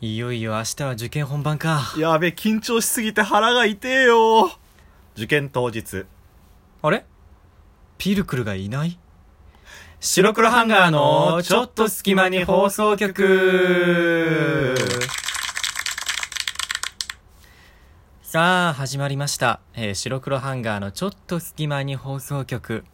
いよいよ明日は受験本番か。やべ、緊張しすぎて腹が痛えよ。受験当日。あれピルクルがいない白黒ハンガーのちょっと隙間に放送局さあ、始まりました。えー白黒ハンガーのちょっと隙間に放送局。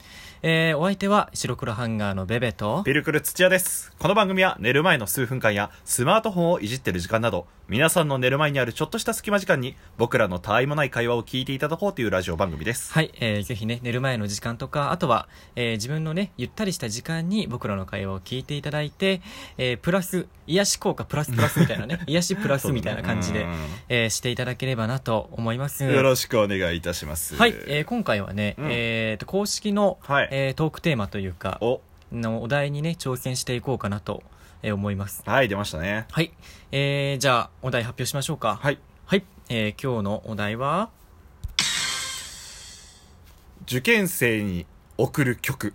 えーお相手は白黒ハンガーのベベと、ピルクル土屋です。この番組は寝る前の数分間やスマートフォンをいじってる時間など、皆さんの寝る前にあるちょっとした隙間時間に僕らのたわいもない会話を聞いていただこうというラジオ番組です。はい、えーぜひね、寝る前の時間とか、あとは、えー自分のね、ゆったりした時間に僕らの会話を聞いていただいて、えープラス、癒し効果プラスプラスみたいな ね、癒しプラスみたいな感じで、うんえーしていただければなと思います。よろしくお願いいたします。はい、えー今回はね、うんえーと公式の、はいえートークテーマというかお、のお題にね挑戦していこうかなと、えー思いますはい、出ましたね。はい、えーじゃあお題発表しましょうかはい、はい。えー今日のお題は受験生に送る曲、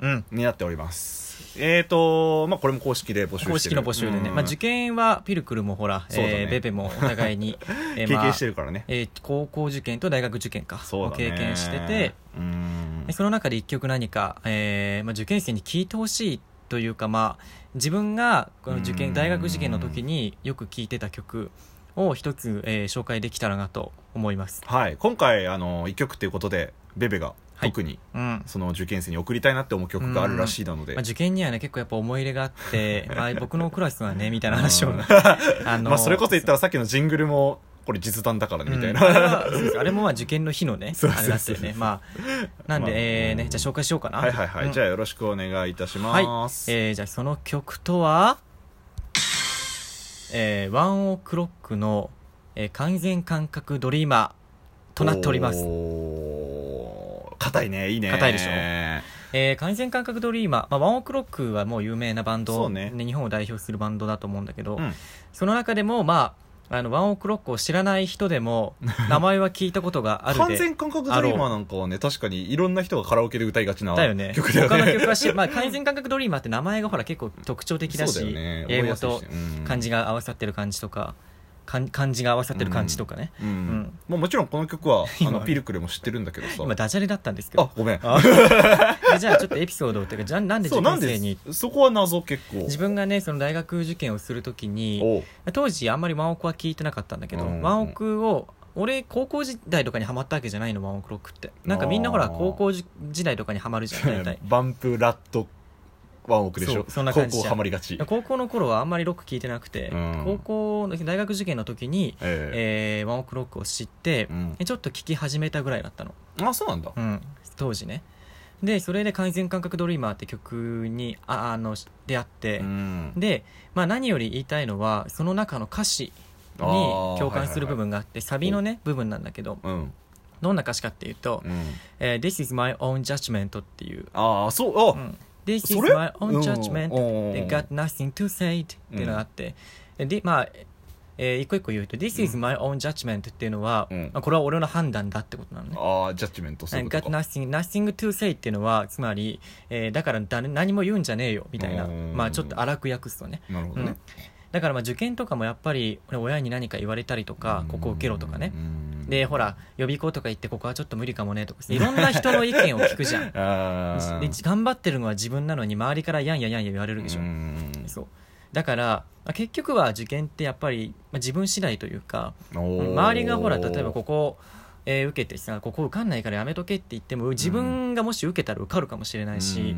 うん、になっております。えーと、まあ、これも公式で募集してる公式の募集でね、うんまあ、受験はピルクルもほら、そうだねえーベベもお互い に、え経ーまあ験してるからね。えー高校受験と大学受験かそうをだね。経験しててうんでその中で一曲何か、えーまあ、受験生に聞いてほしいというか、まあ、自分がこの受うん験大学受験の時によく聴いてた曲を一つ、えー紹介できたらなと思います、はい、今回、あの、一曲ということで、ベベがはい特に、うんまその受験生に送りたいなって思う曲があるらしいなので。あ、受験にはね結構やっぱ思い入れがあ って、まあ、僕のクラスはねみたいな話をうん あまあ、それこそ言ったららさっきのジングルも、これ実弾だからね、みたいあれな。はそうですあれもまあ受験の日のねそうあそうれそだうったよねまあなんで、まあえーねじゃあ紹介しようかな はいはいはい。うんじゃあよろしくお願いいたしはいます。えー、じゃあその曲とは、えー、ワンオクロックの、えー完全感覚ドリーマーとなっております。おー。硬いね、いいね。硬いでしょえー完全感覚ドリーマー、まあ、ワンオクロックはもう有名なバンそド、うね日本を代表するバンドだと思うんだけど、うんその中でも、まあ、あのワンオクロックを知らない人で も名前は聞いたことがある完で全感覚ドリーマーなんかはね、確かにいろんな人がカラオケで歌いがちなだよね曲だよね。他の曲はし、まあ、完全感覚ドリーマーって名前がほら結構特徴的だし そうよね英語覚とえやすいしねうん漢字が合わさってる感じとかかん漢字が合わさってる感じとかね、うんんまあ、もちろんこの曲はあ今のピルクルも知ってるんだけどさ今ダジャレだったんですけどあごめんあ でじゃあちょっとエピソードというかじゃあなんでそう受なん験生でにそこは謎結構自分がねその大学受験をするときにおう当時あんまりワンオクは聞いてなかったんだけどうんワンオクを俺高校時代とかにハマったわけじゃないのワンオクロックってなんかみんなほあらー高校じ時代とかにハマるじゃん大体バンプラットワンオクでしょそうそんな高感じ校ハマりがち高校の頃はあんまりロック聞いてなくてうん高校の大学受験の時にええーワンオクロックを知ってえうんちょっと聞き始めたぐらいだったのあそうなんだうん、当時ねでそれで「完全感覚ドリーマー」って曲にああの出会って、うんで、まあ、何より言いたいのはその中の歌詞にあー共感する部分があって、サビのね部分なんだけどうんどんな歌詞かっていうとうん「えー This is my own judgment」っていうああそう「うあん This そ is れ my own judgment」うんで got nothing to say it っていうのがあって、でまあえー一個一個言うと「This is my own judgment」っていうのは、うんまあ、これは俺の判断だってことなのねああジャッジメントそういうこ got とか nothing, nothing to say っていうのはつまり、えーだからだ何も言うんじゃねえよみたいなうんまあちょっと荒く訳すとねなるほどうねんだからまあ受験とかもやっぱり俺親に何か言われたりとかここ受けろとかねうんでほら予備校とか行ってここはちょっと無理かもねとかいろんな人の意見を聞く じゃんあーで頑張ってるのは自分なのに周りからやんややんや言われるでしょうんそうだからまあ結局は受験ってやっぱりまあ自分次第というかおー周りがほら例えばここ、えー受けてさここ受かんないからやめとけって言っても自分がもし受けたら受かるかもしれないし、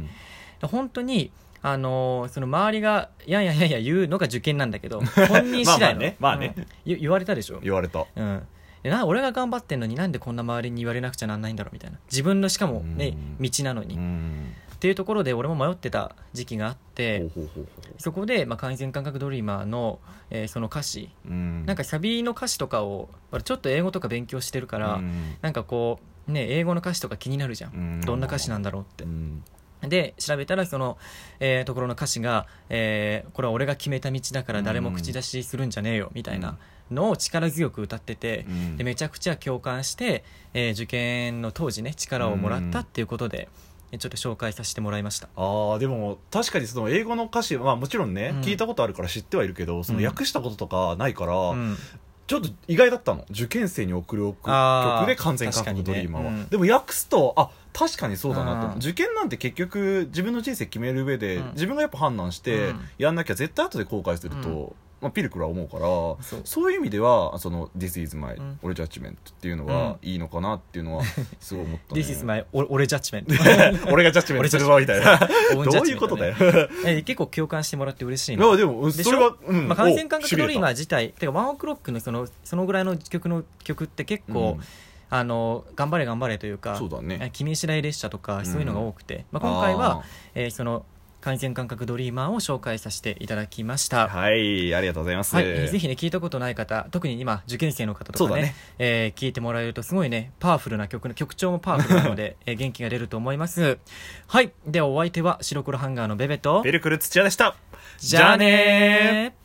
本当に、あのーその周りがやんやんやんや言うのが受験なんだけ ど本人次第のまあまあねまあねうん言言われたでしょうん、言われたうん、でな俺が頑張ってんのになんでこんな周りに言われなくちゃなんないんだろうみたいな自分のしかも、ねうん道なのに、うっんていうところで俺も迷ってた時期があって、ほうほうほうほそこで、まあ、完全感覚ドリーマーの、えーその歌詞ううんなんかサビの歌詞とかを俺ちょっと英語とか勉強してるから、うんなんかこうね英語の歌詞とか気になるじゃん、うんどんな歌詞なんだろうってうんで調べたらその、えーところの歌詞が、えーこれは俺が決めた道だから誰も口出しするんじゃねえよ」みたいなのを力強く歌ってて、うんでめちゃくちゃ共感して、えー受験の当時ね力をもらったっていうことで、えちょっと紹介させてもらいましたあーでも確かにその英語の歌詞は、まあ、もちろんね、うん聞いたことあるから知ってはいるけどそうんの訳したこととかないから、うんちょっと意外だったの受験生に贈る曲あーで完全韓国ドリーマーは、確かにねうんでも訳すとあ確かにそうだなと、うん受験なんて結局自分の人生決める上で、うん自分がやっぱ判断して、うんやんなきゃ絶対後で後悔すると、うまあ、ピルクルは思うからそうそういう意味ではその「This is my うん俺ジャッジメント」っていうのは、うんいいのかなっていう のはすごい思った、 「ね、 This is my お俺ジャッジメント」 俺がジャッジメントするわみたい などういうことだよ、え結構共感してもらって嬉しいいなやでもでしょそれは、うんまあ、感染感覚ドリーマーー自体てかワンオクロックのそのそのぐらいの曲の曲って結構、あの頑張れ頑張れというかそうだねえ君次第列車とかそういうのが多くて、まあ、今回は、えーその感染感覚ドリーマーを紹介させていただきましたはいありがとうございます、はい、えーぜひね聞いたことない方特に今受験生の方とそうかだねねえー聞いてもらえるとすごいねパワフルな曲の曲調もパワフルなの で、えー元気が出ると思いますはいではお相手は白黒ハンガーのベベとベルクル土屋でした。じゃあねー